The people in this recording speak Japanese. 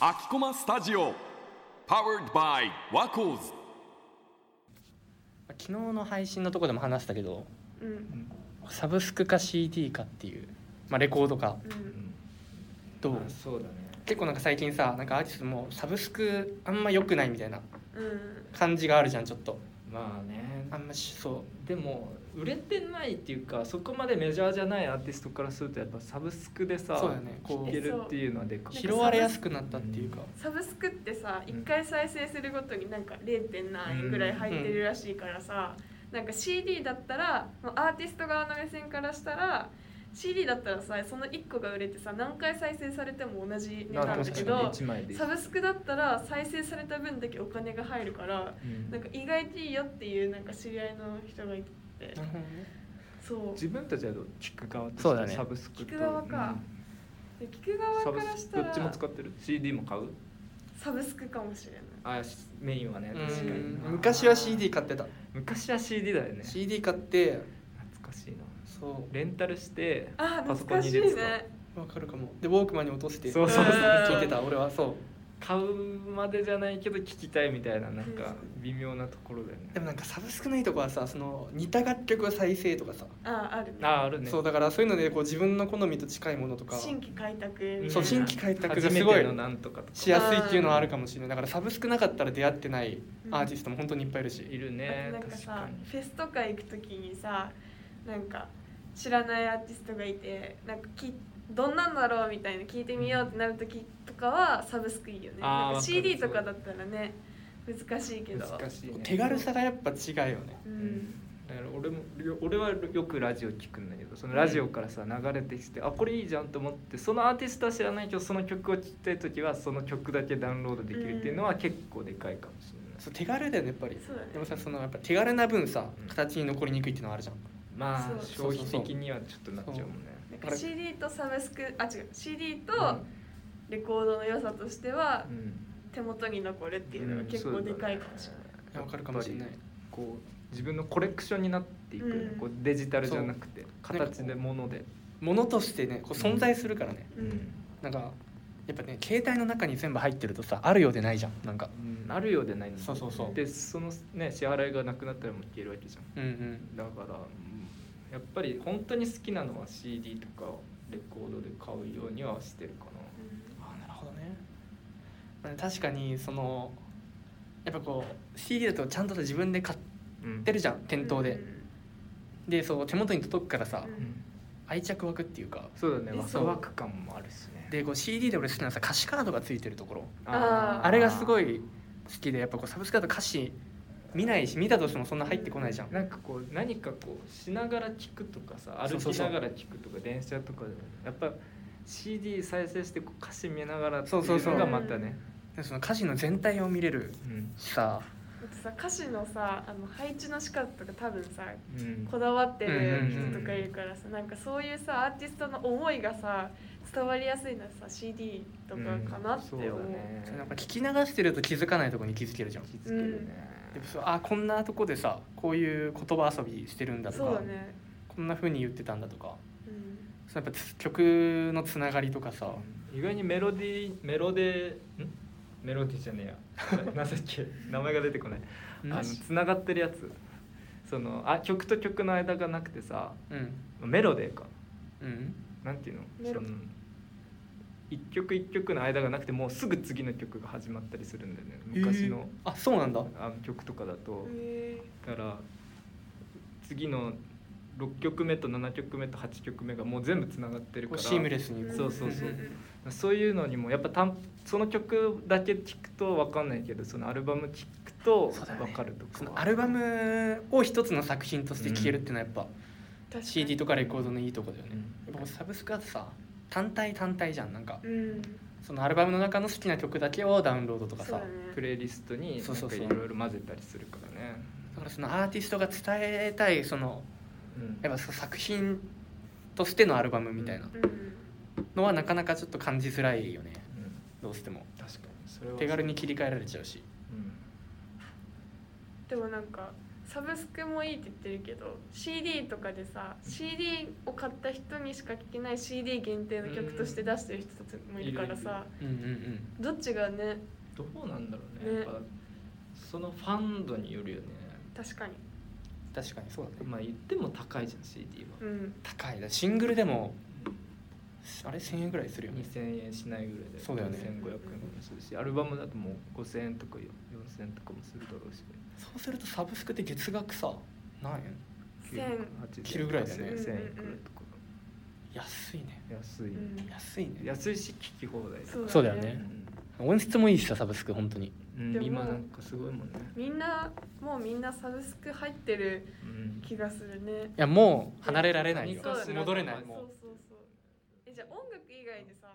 アキコマスタジオ Powered by ワコーズ昨日の配信のとこでも話したけどうんサブスクか CD かっていう、まあ、レコードかうんどうあそうだね結構なんか最近さなんかアーティストもサブスクあんま良くないみたいなうん感じがあるじゃんちょっとまあねあんましそでも売れてないっていうかそこまでメジャーじゃないアーティストからするとやっぱサブスクでさそうだねこう聴けるっていうのはでかういそう拾われやすくなったっていうかサブスクってさうん1回再生するごとになんか 0. 何円ぐらい入ってるらしいからさ、なんか CD だったらまあアーティスト側の目線からしたら CD だったらさその1個が売れてさ何回再生されても同じ値なん段かだけ確かにど一枚でいいサブスクだったら再生された分だけお金が入るからうんなんか意外といいよっていうなんか知り合いの人がいてなるほどねそう自分たちはどう聞く側としてそうだねサブスクと聞く側かで聞くうん側サブからスしクたどらっちも使ってる CD も買うサブスクかもしれないあしメインはねうん確かに昔は CD 買ってた昔は CD だよね CD 買って懐かしいなそレンタルしてあーパソコ懐ンかにし入いれてたねうわかるかもでウォークマンに落としてそうそうそう聞いてた俺はそう買うまでじゃないけど聴きたいみたいななんか微妙なところだよねでもなんかサブスクのいいとこはさその似た楽曲を再生とかさ、あーあるねああるねそうだからそういうのでこう自分の好みと近いものとか新規開拓うんそう新規開拓初がめすごていのなんとかとかしやすいっていうのはあるかもしれないだからサブスクなかったら出会ってないアーティスストも本当にいっぱいいるしいるあねとなんか確さかにフェスとか行く時にさなんか知らないアーティストがいてなんかきどんなんだろうみたいな聞いてみようってなる時とかはサブスクいいよねあなーんわかかる CD とかだったらね難しいけど難しいね手軽さがやっぱ違うよねううんんだから俺もよ俺はよくラジオ聞くんだけどそのラジオからさ流れてきて、あこれいいじゃんと思ってそのアーティストは知らないけどその曲を聴きたい時はその曲だけダウンロードできるっていうのは結構でかいかもしれない、そう手軽だよねやっぱりそうだねでもさそのやっぱ手軽な分さうん形に残りにくいっていうのはあるじゃんまあそ消う費的にはちょっとなっちゃうもんねなんか CD とサブスクあ違う CD とうレコードの良さとしてはんうん手元に残るっていうのが結構でかいかもしれないうんそうだねいやわかるかもしれないやっぱりこう自分のコレクションになっていくよね、うんこうデジタルじゃなくてうなんかこう形で物で、ものとしてねこう存在するからねううんんなんかやっぱね携帯の中に全部入ってるとさあるようでないじゃんなんかあるようでないんだよそうそうそうでそのね支払いがなくなったらもう消えるわけじゃうんんうんだからうんやっぱり本当に好きなのは CD とかレコードで買うようにはしてるかなあなるほどねまあね確かにそのやっぱこう CD だとちゃんとさ自分で買っうんてるじゃん店頭うでんでそう手元に届くからさうんうん愛着湧くっていうかそうだねでワクワク感もあるしねでこう CD で俺好きなのさ歌詞カードがついてるところあーあれがすごいい好きでやっぱこうサブスクだと歌詞見ないし見たとしてもそんな入ってこないじゃんなんかこう何かこうしながら聞くとかさそ歩うそうきそうながら聞くとか電車とかでもやっぱ CD 再生してこう歌詞見ながらっていそうそううそうのがまたねでその歌詞の全体を見れるうんしさあとさ歌詞のさあの配置の仕方とか多分さうんこだわってる人とかいるからさなんかそういうさアーティストの思いがさ伝わりやすいのはさ CD とかかなってそ思う,、んそうだれねなんか聞き流してると気づかないところに気づけるじゃん気づけるね、でそうあこんなとこでさこういう言葉遊びしてるんだとそかうだね、こんな風に言ってたんだとかうん、そのやっぱつ曲のつながりとかさ意外にメロディーメロデーんメロディーじゃねえやなんだっ け名前が出てこないあのつながってるやつそのあ曲と曲の間がなくてさうんメロデーかうんなんていうのメロその一曲一曲の間がなくてもうすぐ次の曲が始まったりするんだよね昔の,、あそうなんだあの曲とかだとへだから次の6曲目と7曲目と8曲目がもう全部つながってるこかうらシームレスにーそうそうそうんんそういうのにもやっぱ単その曲だけ聴くと分かんないけどそのアルバム聴くとそうだよね分かるとか、そのアルバムを一つの作品として聴けるっていうのはやっぱ、確かに CD とかレコードのいいとこだようね、んやっぱこうサブスクだとさ単体単体じゃんなんかうんそのアルバムの中の好きな曲だけをダウンロードとかそさうだだ,、ねプレイリストにそうそうそうなんかいろいろ混ぜたりするからねからそのアーティストが伝えたいそのうんやっぱその作品としてのアルバムみたいなうんのはなかなかちょっと感じづらいよねうんどうしても確かにそれは手軽に切り替えられちゃうしうんでもなんかサブスクもいいって言ってるけど CD とかでさ CD を買った人にしか聴けない CD 限定の曲として出してる人たちもいるからさうんうんうんどっちがねどうなんだろうねねやっぱそのファンドによるよね確かに確かにそうだねまあ言っても高いじゃん CD はうん高いだシングルでもあれ1000円ぐらいするよね2000円しないぐらいでそうだよね1500円もするしアルバムだともう5000円とかよ4000円とかもするだろうしそうするとサブスクって月額さ何円1000 980円切るぐらいだよね1000円いくらとか安いね安い、うん安いね安いし聞き放題だそうそうだようねん音質もいいしさサブスク本当にうんでも今なんかすごいもんね、みんなもうみんなサブスク入ってるうん気がするねいやもう離れられないよそうだね戻れないそうもそうそうえじゃあ音楽以外でさ